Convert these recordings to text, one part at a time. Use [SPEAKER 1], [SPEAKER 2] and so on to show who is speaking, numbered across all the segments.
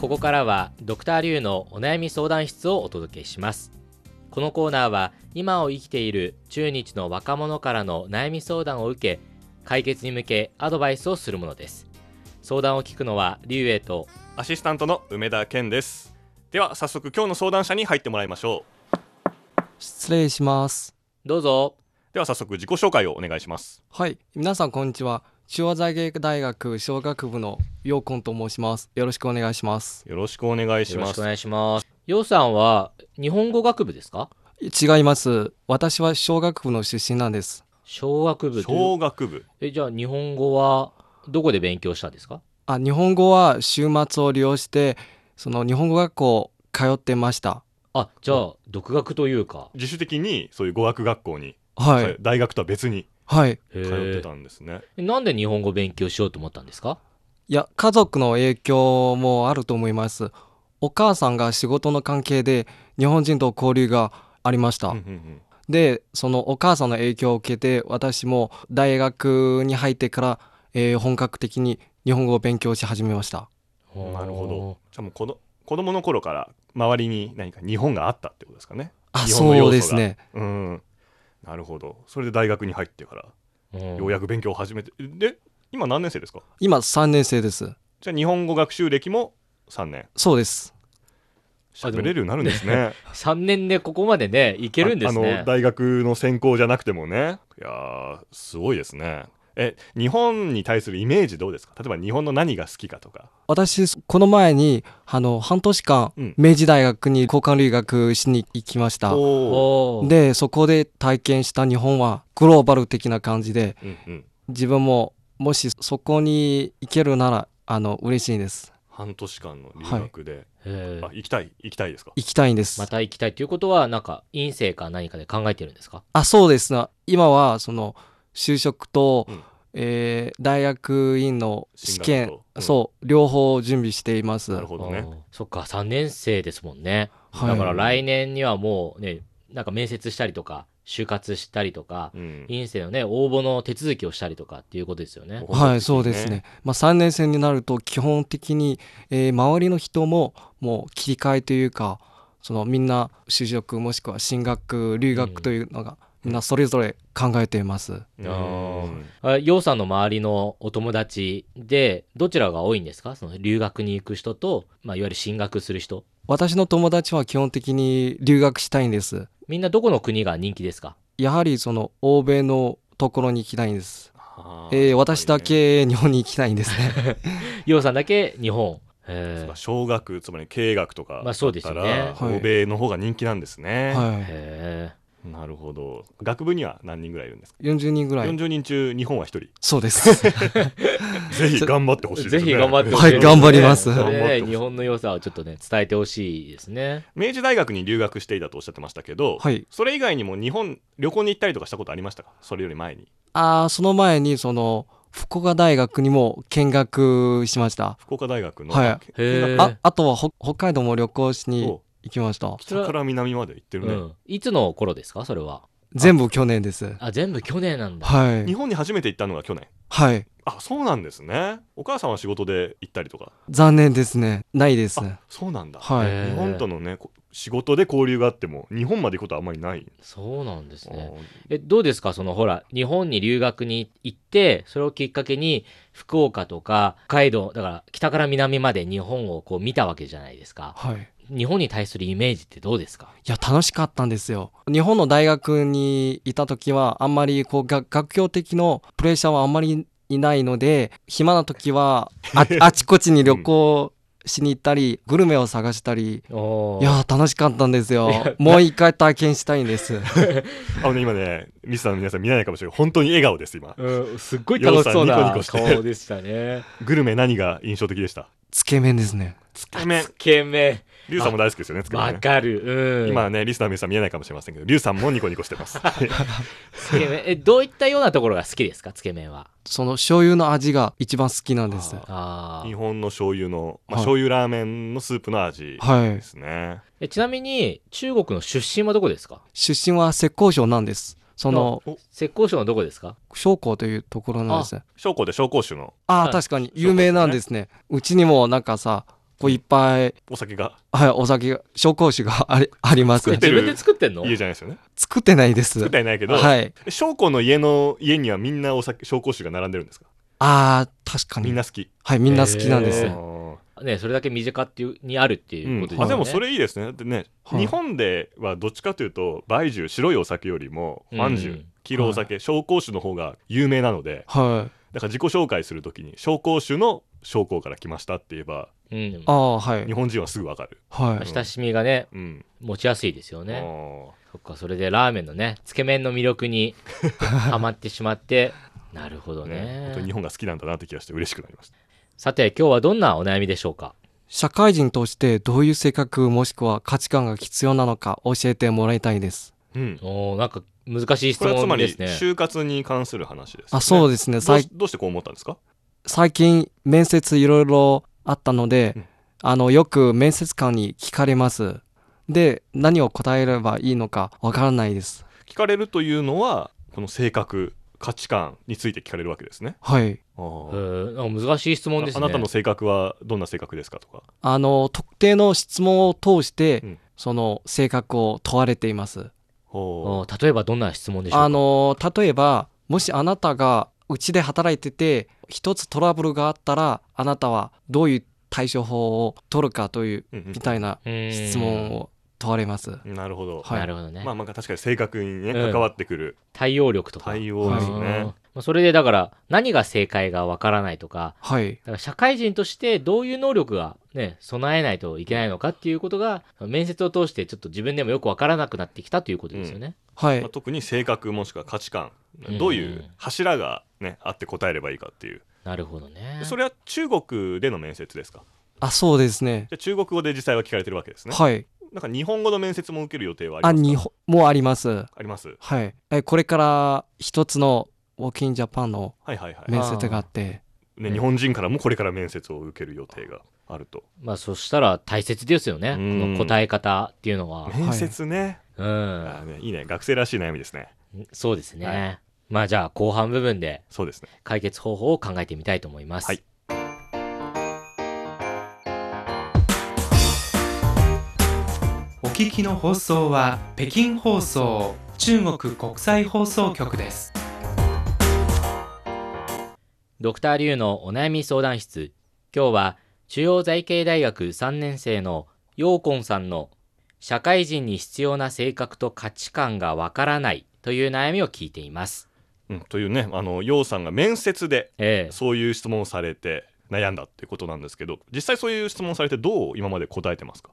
[SPEAKER 1] ここからはドクターリュウのお悩み相談室をお届けしますこのコーナーは今を生きている中日の若者からの悩み相談を受け解決に向けアドバイスをするものです相談を聞くのはリュウエイと
[SPEAKER 2] アシスタントの梅田健ですでは早速今日の相談者に入ってもらいましょ
[SPEAKER 3] 失礼します
[SPEAKER 1] どうぞ
[SPEAKER 2] うでは早速自己紹介をお願いします
[SPEAKER 3] はい皆さんこんにちは中央財芸大学商学部のヨウコンと申しますよろしくお願いします
[SPEAKER 2] よろしくお願いし
[SPEAKER 1] よろ
[SPEAKER 2] ま
[SPEAKER 1] しく
[SPEAKER 2] す
[SPEAKER 1] お願いしますようさんは日本語学部ですか
[SPEAKER 3] 違います私は商学部の出身なんです
[SPEAKER 1] 小学部という
[SPEAKER 2] 小学部
[SPEAKER 1] えじゃあ日本語はどこで勉強したんですか
[SPEAKER 3] あ日本語は週末を利用してその日本語学校通ってました
[SPEAKER 1] あじゃあ独学というか
[SPEAKER 2] 自主的にそういう語学学校に、
[SPEAKER 3] はい、
[SPEAKER 2] そういう大学とは別に
[SPEAKER 3] はい
[SPEAKER 1] 通
[SPEAKER 2] 通ってたんですね、
[SPEAKER 1] なんで日本語勉強しようと思ったんですか
[SPEAKER 3] いや家族の影響もあると思いますお母さんが仕事の関係で日本人と交流がありました、
[SPEAKER 2] うんうんうん
[SPEAKER 3] でそのお母さんの影響を受けて私も大学に入ってから、えー本格的に日本語を勉強し始めました
[SPEAKER 2] なるほどじゃあもうこの子供の頃から周りに何か日本があったってことですかね
[SPEAKER 3] あ
[SPEAKER 2] 日本の要素が
[SPEAKER 3] そうですね
[SPEAKER 2] うんなるほどそれで大学に入ってから
[SPEAKER 1] ど、
[SPEAKER 2] ようやく勉強を始めてで今何年生ですか
[SPEAKER 3] 今3年生です
[SPEAKER 2] じゃあ日本語学習歴も3年
[SPEAKER 3] そうです
[SPEAKER 1] あで
[SPEAKER 2] 喋
[SPEAKER 1] も
[SPEAKER 2] れるようになるんですね
[SPEAKER 1] 3年でここまでねいけるんです
[SPEAKER 2] ああ
[SPEAKER 1] ね
[SPEAKER 2] の大学の専攻じゃなくてもねいやーすごいですねえ日本に対するイメージどうですか例えば日本の何が好きかとか
[SPEAKER 3] 私この前にあの半年間、
[SPEAKER 2] うん
[SPEAKER 3] 明治大学に交換留学しに行きました
[SPEAKER 2] おー
[SPEAKER 1] おー
[SPEAKER 3] でそこで体験した日本はグローバル的な感じで
[SPEAKER 2] うんうん
[SPEAKER 3] 自分ももしそこに行けるならあの嬉しいです
[SPEAKER 2] 半年間の留学で、
[SPEAKER 1] へー
[SPEAKER 2] あ行きたい行きたいですか
[SPEAKER 3] 行きたいんです
[SPEAKER 1] また行きたいということはなんか院生か何かで考えてるんですか
[SPEAKER 3] あそうですな今はその就職と、
[SPEAKER 2] うん
[SPEAKER 3] えー大学院の試
[SPEAKER 2] 進
[SPEAKER 3] 験
[SPEAKER 2] 学と、うん
[SPEAKER 3] そう両方準備しています
[SPEAKER 2] なるほどね
[SPEAKER 1] あーそっか3年生ですもんね
[SPEAKER 3] はい
[SPEAKER 1] だから来年にはもうねなんか面接したりとか就活したりとか、
[SPEAKER 2] うん
[SPEAKER 1] 院生のね応募の手続きをしたりとかっていうことですよね
[SPEAKER 2] お
[SPEAKER 3] はいそうですね、まあ、3年生になると基本的に、えー周りの人ももう切り替えというかそのみんな就職もしくは進学留
[SPEAKER 1] うん
[SPEAKER 3] 学というのが、みんなそれぞれ考えています、
[SPEAKER 2] うん
[SPEAKER 1] ああようさんの周りのお友達でどちらが多いんですかその留学に行く人と、まあ、いわゆる進学する人
[SPEAKER 3] 私の友達は基本的に留学したいんです
[SPEAKER 1] みんなどこの国が人気ですか
[SPEAKER 3] やはりその欧米のところに行きたいんです
[SPEAKER 2] あー
[SPEAKER 3] えー私だ、け日本に行きたいんです ね。
[SPEAKER 1] ようさんだけ日本へ
[SPEAKER 2] そう
[SPEAKER 1] ー
[SPEAKER 2] か小学つまり経営学とか
[SPEAKER 1] まあそうですよね
[SPEAKER 2] だったら
[SPEAKER 3] はい
[SPEAKER 2] 欧米の方が人気なんですね、
[SPEAKER 3] は
[SPEAKER 1] へ
[SPEAKER 2] なるほど学部には何人ぐらいいるんですか、
[SPEAKER 3] い、40人ぐらい。
[SPEAKER 2] 40人中日本は1人
[SPEAKER 3] そうです。
[SPEAKER 2] ぜひ頑張ってほしい
[SPEAKER 1] ー
[SPEAKER 2] で
[SPEAKER 1] ぜ
[SPEAKER 2] すね
[SPEAKER 1] ひ頑張ってほしいですね、
[SPEAKER 3] はい頑張ります
[SPEAKER 1] ね
[SPEAKER 2] 頑張ってほしい
[SPEAKER 1] 日本の良さをちょっとね伝えてほしいですね
[SPEAKER 2] 明治大学に留学していたとおっしゃってましたけど、
[SPEAKER 3] はい。
[SPEAKER 2] それ以外にも日本旅行に行ったりとかしたことありましたかそれより前に
[SPEAKER 3] ああ、その前に、その、福岡大学にも見学しました。
[SPEAKER 2] 福岡大学の、
[SPEAKER 3] はい
[SPEAKER 2] あけ
[SPEAKER 1] へー
[SPEAKER 2] 見
[SPEAKER 3] あ、あとはほ北海道も旅行し
[SPEAKER 2] 学
[SPEAKER 3] に
[SPEAKER 2] を
[SPEAKER 3] 行きました。
[SPEAKER 1] それ
[SPEAKER 2] 北
[SPEAKER 1] は
[SPEAKER 2] から南まで行ってる
[SPEAKER 1] う
[SPEAKER 2] ね、
[SPEAKER 1] ん、いつの頃ですかそれは
[SPEAKER 3] 全部去年です。
[SPEAKER 1] あ全部去年なんだ
[SPEAKER 3] は
[SPEAKER 2] 日
[SPEAKER 3] い。
[SPEAKER 2] 本に初めて行ったのが去年
[SPEAKER 3] はい。
[SPEAKER 2] あそうなんですねお母さんは仕事で行ったりとか
[SPEAKER 3] 残念ですね。ないです。
[SPEAKER 2] あそうなんだ、
[SPEAKER 3] はい。
[SPEAKER 1] へー
[SPEAKER 2] 日本とのねこ仕事で交流があっても日本まで行くことはあんまりない、
[SPEAKER 1] そうなんですね
[SPEAKER 2] あー
[SPEAKER 1] えどうですかそのほら日本に留学に行ってそれをきっかけに福岡とか北海道だから北から南まで日本をこう見たわけじゃないですか
[SPEAKER 3] はい。
[SPEAKER 1] 日本に対するイメージってどうですか
[SPEAKER 3] いや楽しかったんですよ日本の大学にいた時はあんまりこうが学業的のプレッシャーはあんまりいないので暇な時は ああちこちに旅行しに行ったりグルメを探したり
[SPEAKER 1] お
[SPEAKER 3] いや楽しかったんですよ
[SPEAKER 1] いや
[SPEAKER 3] もう一回体験したいんです
[SPEAKER 2] あのね今ねリスナーの皆さん見れないかもしれない本当に笑顔です今
[SPEAKER 1] うん、すっごい
[SPEAKER 2] よ
[SPEAKER 1] 楽
[SPEAKER 2] う
[SPEAKER 1] し
[SPEAKER 2] さん
[SPEAKER 1] そう
[SPEAKER 2] ニコニ
[SPEAKER 1] な
[SPEAKER 2] コして
[SPEAKER 1] 顔でした ね。
[SPEAKER 2] グルメ何が印象的でした
[SPEAKER 3] つけ麺ですね
[SPEAKER 2] つけ麺
[SPEAKER 1] つけ麺。
[SPEAKER 2] リュウさんも大好きですよねつけ麺
[SPEAKER 1] わ
[SPEAKER 2] ね
[SPEAKER 1] かる。うん。
[SPEAKER 2] 今ねリスナーの皆さん見えないかもしれませんけどリュウさんもニコニコしてます
[SPEAKER 1] つけ麺。え、どういったようなところが好きですかつけ麺は。
[SPEAKER 3] その醤油の味が一番好きなんです
[SPEAKER 2] あ
[SPEAKER 1] あ
[SPEAKER 2] 日
[SPEAKER 1] あ。
[SPEAKER 2] 本の醤油の、まあ、
[SPEAKER 3] はい
[SPEAKER 2] 醤油ラーメンのスープの味
[SPEAKER 3] は
[SPEAKER 2] で
[SPEAKER 3] い
[SPEAKER 2] すね、
[SPEAKER 1] えちなみに、中国の出身はどこですか
[SPEAKER 3] 出身は浙江省なんですその
[SPEAKER 1] 浙江省のどこですか
[SPEAKER 3] 将校というところなんです
[SPEAKER 2] 紹興で紹興酒の
[SPEAKER 3] あ
[SPEAKER 1] あ
[SPEAKER 3] あ確かに
[SPEAKER 2] そう
[SPEAKER 3] 有名なんですねうちにもなんかさこういっぱい、
[SPEAKER 2] お酒が
[SPEAKER 3] はい、お酒が紹興酒があ りあります
[SPEAKER 2] 作っ
[SPEAKER 1] 自
[SPEAKER 2] てる
[SPEAKER 1] 分で作ってんの
[SPEAKER 2] 家じゃないですよね
[SPEAKER 3] 作ってないです
[SPEAKER 2] 作ってはいないけど、
[SPEAKER 3] はい
[SPEAKER 2] え翔子の家の家にはみんなお酒紹興酒が並んでるんですか
[SPEAKER 3] あー確かに
[SPEAKER 2] みんな好き、
[SPEAKER 3] はいみんな好きなんです、
[SPEAKER 1] え
[SPEAKER 2] あ
[SPEAKER 1] ー
[SPEAKER 2] ー
[SPEAKER 1] ね、それだけ身近っていうにあるっていうことですよね。
[SPEAKER 2] あでもそれいいですねだってね、
[SPEAKER 3] はい
[SPEAKER 2] 日本ではどっちかというと白酒白いお酒よりも
[SPEAKER 1] うん
[SPEAKER 2] 万酒黄色お酒、紹興酒の方が有名なので
[SPEAKER 3] はい
[SPEAKER 2] だから自己紹介するときに紹興酒の紹興から来ましたって言えば
[SPEAKER 1] うん
[SPEAKER 3] あ、あはい
[SPEAKER 2] 日本人はすぐわかる、
[SPEAKER 3] はい
[SPEAKER 1] 親しみがね
[SPEAKER 2] うん
[SPEAKER 1] 持ちやすいですよね。
[SPEAKER 2] あ
[SPEAKER 1] そっかそれでラーメンのねつけ麺の魅力 にハマってしまってなるほど
[SPEAKER 2] ーね
[SPEAKER 1] ね
[SPEAKER 2] 本当に日本が好きなんだなって気がして嬉しくなりました
[SPEAKER 1] さて今日はどんなお悩みでしょうか
[SPEAKER 3] 社会人としてどういう性格もしくは価値観が必要なのか教えてもらいたいです
[SPEAKER 2] うん
[SPEAKER 1] おーなんか難しい質
[SPEAKER 2] これはつま
[SPEAKER 1] 問
[SPEAKER 2] り
[SPEAKER 1] ですね。
[SPEAKER 2] 就活に関する話です、ね、
[SPEAKER 3] あそう
[SPEAKER 2] で
[SPEAKER 3] ですね
[SPEAKER 2] どう
[SPEAKER 3] 最
[SPEAKER 2] しどうしてこう思ったんですか
[SPEAKER 3] 最近面接いろいろあったので、
[SPEAKER 2] うん
[SPEAKER 3] あのよく面接官に聞かれますで何を答えればいいのかわからないです
[SPEAKER 2] 聞かれるというのはこの性格価値観について聞かれるわけですね
[SPEAKER 3] はい
[SPEAKER 2] あー
[SPEAKER 1] えーなんか難しい質問です
[SPEAKER 2] あ
[SPEAKER 1] ね。
[SPEAKER 2] あなたの性格はどんな性格ですかとか
[SPEAKER 3] あの特定の質問を通して、
[SPEAKER 2] うん
[SPEAKER 3] その性格を問われています
[SPEAKER 2] ほ
[SPEAKER 1] おー例えばどんな質問でしょうか
[SPEAKER 3] あの例えばもしあなたがうちで働いてて一つトラブルがあったらあなたはどういう対処法を取るかという
[SPEAKER 2] ううんうん
[SPEAKER 3] みたいな
[SPEAKER 1] うーん
[SPEAKER 3] 質問を問われます、
[SPEAKER 2] なるほど、
[SPEAKER 3] はい
[SPEAKER 1] なるほどね、
[SPEAKER 2] まあまあ確かに性格にね
[SPEAKER 1] うん
[SPEAKER 2] 関わってくる
[SPEAKER 1] 対応力とか
[SPEAKER 2] 対応ですね、
[SPEAKER 1] うんまあそれでだから何が正解がわからないとか
[SPEAKER 3] はい
[SPEAKER 1] だから社会人としてどういう能力がね備えないといけないのかっていうことが面接を通してちょっと自分でもよくわからなくなってきたということですよね。
[SPEAKER 3] はい、
[SPEAKER 2] まあ、特に性格もしくは価値観
[SPEAKER 1] うん
[SPEAKER 2] どういう柱が、ね、あって答えればいいかっていう
[SPEAKER 1] なるほどね。
[SPEAKER 2] それは中国での面接ですか
[SPEAKER 3] あそうですね
[SPEAKER 2] じゃあ中国語で実際は聞かれてるわけですね
[SPEAKER 3] はい
[SPEAKER 2] なんか日本語の面接も受ける予定は
[SPEAKER 3] あ
[SPEAKER 2] あります
[SPEAKER 3] 日
[SPEAKER 2] か
[SPEAKER 3] 本もあります
[SPEAKER 2] あります
[SPEAKER 3] はいえこれから一つのウォーキンジャパンの
[SPEAKER 2] はいはいはい、
[SPEAKER 3] 面接があって
[SPEAKER 2] ね、日本人からもこれから面接を受ける予定があると
[SPEAKER 1] まあそしたら大切ですよね。こ
[SPEAKER 2] うん
[SPEAKER 1] の答え方っていうのは。
[SPEAKER 2] 面接ね,、
[SPEAKER 1] う
[SPEAKER 2] あ
[SPEAKER 1] ん。
[SPEAKER 2] ーねいいね学生らしい悩みですね
[SPEAKER 1] そうですね。
[SPEAKER 2] は
[SPEAKER 1] まあじゃあ後半部分で
[SPEAKER 2] そうですね
[SPEAKER 1] 解決方法を考えてみたいと思います。
[SPEAKER 2] はい
[SPEAKER 4] お聞きの放送は北京放送中国国際放送局です。
[SPEAKER 1] ドクターリュウのお悩み相談室。今日は中央財系大学3年生のヨーコンさんの社会人に必要な性格と価値観がわからないという悩みを聞いています。
[SPEAKER 2] うん、というねあの楊さんが面接で
[SPEAKER 1] ええ
[SPEAKER 2] そういう質問をされて悩んだっていうことなんですけど実際そういう質問をされてどう今まで答えてますか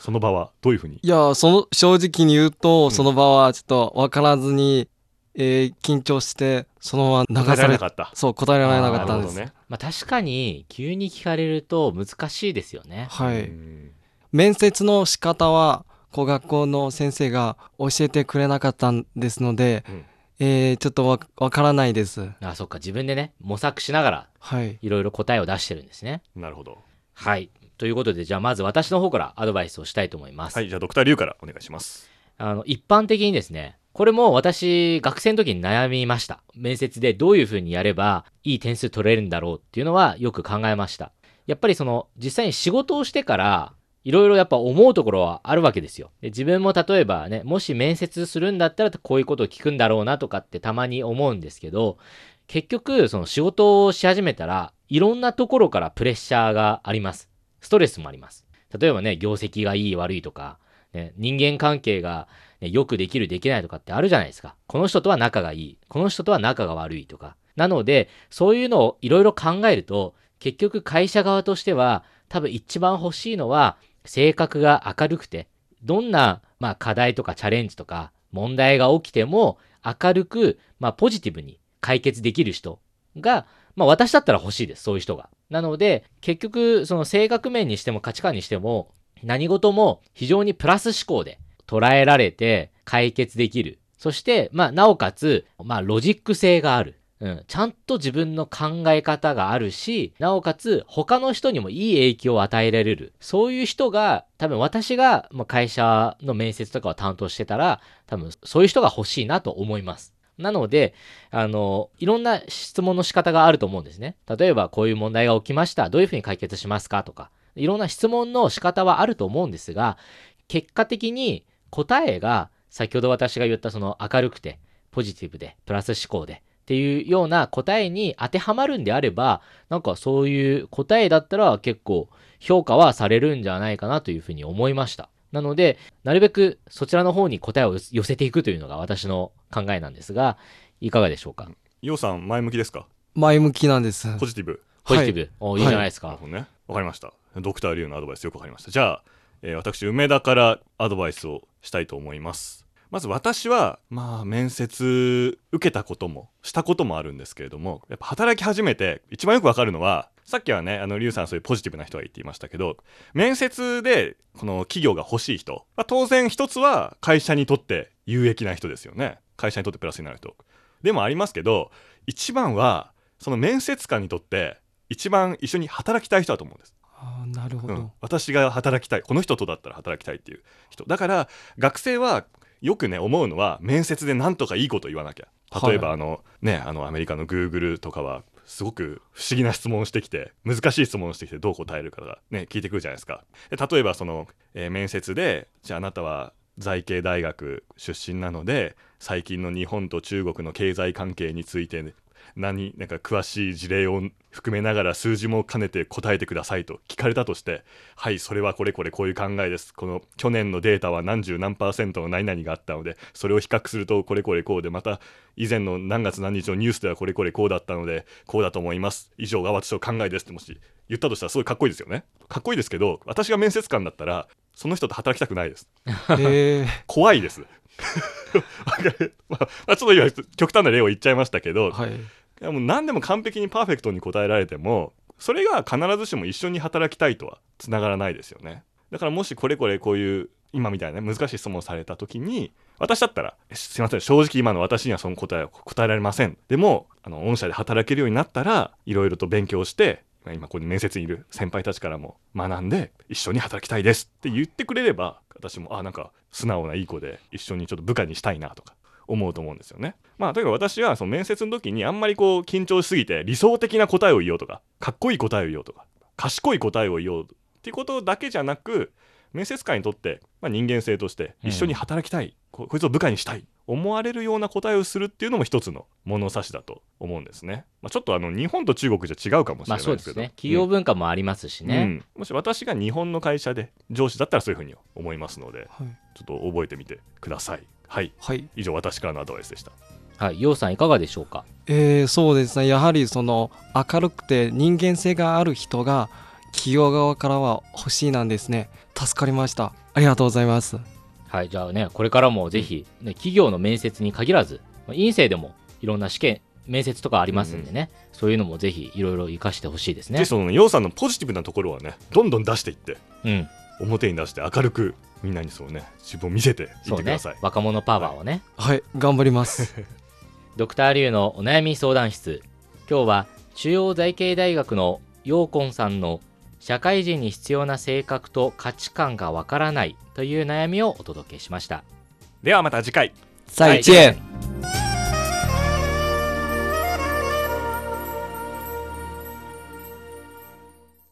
[SPEAKER 2] その場はどういうふうに
[SPEAKER 3] いやその正直に言うと、
[SPEAKER 2] ん
[SPEAKER 3] その場はちょっと分からずに、えー緊張してそのまま流
[SPEAKER 2] 答え
[SPEAKER 3] さ
[SPEAKER 2] られ
[SPEAKER 3] れ
[SPEAKER 2] なかった
[SPEAKER 3] そう答えられなかったんで
[SPEAKER 2] あー
[SPEAKER 3] す、
[SPEAKER 2] なる
[SPEAKER 1] まあ確かに急に聞かれると難しいですよね。
[SPEAKER 2] ほど
[SPEAKER 3] は
[SPEAKER 2] ね
[SPEAKER 3] い、
[SPEAKER 2] うん
[SPEAKER 3] 面接の仕方はこう学校の先生が教えてくれなかったんですので、
[SPEAKER 2] うん
[SPEAKER 3] えーちょっとわわからないです
[SPEAKER 1] あそっか自分でね模索しながら
[SPEAKER 3] はい
[SPEAKER 1] いろいろ答えを出してるんですね。
[SPEAKER 2] なるほど
[SPEAKER 1] はい。ということでじゃあまず私の方からアドバイスをしたいと思います。
[SPEAKER 2] はいじゃあドクターリュウからお願いします
[SPEAKER 1] あの、一般的にですね、これも私、学生の時に悩みました。面接でどういう風にやれば、いい点数取れるんだろうっていうのはよく考えました。やっぱりその、実際に仕事をしてから、いろいろやっぱ思うところはあるわけですよ。で自分も例えばね、もし面接するんだったらこういうことを聞くんだろうなとかってたまに思うんですけど、結局、その仕事をし始めたら、いろんなところからプレッシャーがあります。ストレスもあります。例えばね、業績がいい悪いとか、ね、人間関係がね、よくできるできないとかってあるじゃないですか。この人とは仲がいい。この人とは仲が悪いとか。なので、そういうのをいろいろ考えると、結局会社側としては、多分一番欲しいのは、性格が明るくて、どんな、まあ、課題とかチャレンジとか、問題が起きても、明るく、まあ、ポジティブに解決できる人が、まあ、私だったら欲しいです、そういう人が。なので、結局、その性格面にしても価値観にしても、何事も非常にプラス思考で捉えられて解決できる。そして、まあ、なおかつ、まあ、ロジック性がある。うん、ちゃんと自分の考え方があるし、なおかつ他の人にもいい影響を与えられる。そういう人が、多分私が、まあ、会社の面接とかを担当してたら、多分そういう人が欲しいなと思います。なので、あの、いろんな質問の仕方があると思うんですね。例えば、こういう問題が起きました。どういうふうに解決しますかとか。いろんな質問の仕方はあると思うんですが、結果的に答えが先ほど私が言ったその明るくてポジティブでプラス思考でっていうような答えに当てはまるんであればなんかそういう答えだったら結構評価はされるんじゃないかなというふうに思いましたなのでなるべくそちらの方に答えを寄せていくというのが私の考えなんですがいかがでしょうか
[SPEAKER 2] ようさん前向きですか
[SPEAKER 3] 前向きなんです。
[SPEAKER 2] ポジティブ
[SPEAKER 1] ポジティブ、
[SPEAKER 3] はい
[SPEAKER 1] おいいじゃないですか、
[SPEAKER 2] なるほどねわかりましたドクターリュウのアドバイスよくわかりましたじゃあ、えー私梅田からアドバイスをしたいと思いますまず私はまあ面接受けたこともしたこともあるんですけれどもやっぱ働き始めて一番よくわかるのはさっきはねあのリュウさんそういうポジティブな人が言っていましたけど面接でこの企業が欲しい人、まあ、当然一つは会社にとって有益な人ですよね会社にとってプラスになる人でもありますけど一番はその面接官にとって一番一緒に働きたい人だと思うんです、
[SPEAKER 3] あーなるほ
[SPEAKER 2] う
[SPEAKER 3] ど。
[SPEAKER 2] ん、私が働きたいこの人とだったら働きたいっていう人だから学生はよくね思うのは面接でなんとかいいこと言わなきゃ例えば
[SPEAKER 3] は
[SPEAKER 2] あの、ねあのアメリカのグーグルとかはすごく不思議な質問をしてきて難しい質問をしてきてどう答えるかがね聞いてくるじゃないですかで例えばその、えー面接でじゃああなたは財系大学出身なので最近の日本と中国の経済関係について何なんか詳しい事例を含めながら数字も兼ねて答えてくださいと聞かれたとしてはいそれはこれこれこういう考えですこの去年のデータは何十何パーセントの何々があったのでそれを比較するとこれこれこうでまた以前の何月何日のニュースではこれこれこうだったのでこうだと思います以上が私の考えですってもし言ったとしたらすごいかっこいいですよねかっこいいですけど私が面接官だったらその人と働きたくないです
[SPEAKER 3] えー
[SPEAKER 2] 怖いですわかるまあまあちょっと今極端な例を言っちゃいましたけど、
[SPEAKER 3] はい。
[SPEAKER 2] いやもう何でも完璧にパーフェクトに答えられてもそれが必ずしも一緒に働きたいとはつながらないですよねだからもしこれこれこういう今みたいなね難しい質問をされた時に私だったらえすいません正直今の私にはその答えは答えられませんでもあの御社で働けるようになったらいろいろと勉強してまあ今ここに面接にいる先輩たちからも学んで一緒に働きたいですって言ってくれれば私もあなんか素直ないい子で一緒にちょっと部下にしたいなとか思うと思うんですよね。まあ、とにかく私はその面接の時にあんまりこう緊張しすぎて理想的な答えを言おうとかかっこいい答えを言おうとか賢い答えを言おうっていうことだけじゃなく面接官にとって、まあ、人間性として
[SPEAKER 1] うん
[SPEAKER 2] 一緒に働きたい、ここいつを部下にしたい思われるような答えをするっていうのも一つの物差しだと思うんですね。まあ、ちょっとあの日本と中国じゃ違うかもしれ
[SPEAKER 1] まあ
[SPEAKER 2] ない
[SPEAKER 1] そう
[SPEAKER 2] で
[SPEAKER 1] です
[SPEAKER 2] け
[SPEAKER 1] す
[SPEAKER 2] ど、
[SPEAKER 1] ね企業文化もありますし
[SPEAKER 2] うん
[SPEAKER 1] ね、
[SPEAKER 2] うんもし私が日本の会社で上司だったらそういうふうに思いますので
[SPEAKER 3] はい。
[SPEAKER 2] ちょっと覚えてみてください。はい
[SPEAKER 3] はい。
[SPEAKER 2] 以上私からのアドバイスでした。
[SPEAKER 1] はいようさんいかがでしょうか
[SPEAKER 3] えーそうですね。やはりその明るくて人間性がある人が企業側からは欲しいなんですね。助かりました。ありがとうございます。
[SPEAKER 1] はい、じゃあね、これからもぜひ、ね、企業の面接に限らず、まあ院生でもいろんな試験、面接とかありますんでね、そういうのもぜひいろいろ活かしてほしいですね
[SPEAKER 2] で。そのようさんのポジティブなところはねどんどん出していって
[SPEAKER 1] うん、
[SPEAKER 2] 表に出して明るくみんなにそうね自分を見せていっ
[SPEAKER 1] そう
[SPEAKER 2] てくだ
[SPEAKER 1] ね
[SPEAKER 2] さい、、
[SPEAKER 1] 若者パワーをね。
[SPEAKER 3] はい。頑張ります。
[SPEAKER 1] ドクターリュウのお悩み相談室。今日は中央財系大学のヨーコンさんの社会人に必要な性格と価値観がわからないという悩みをお届けしました。
[SPEAKER 2] ではまた次回
[SPEAKER 3] 再见。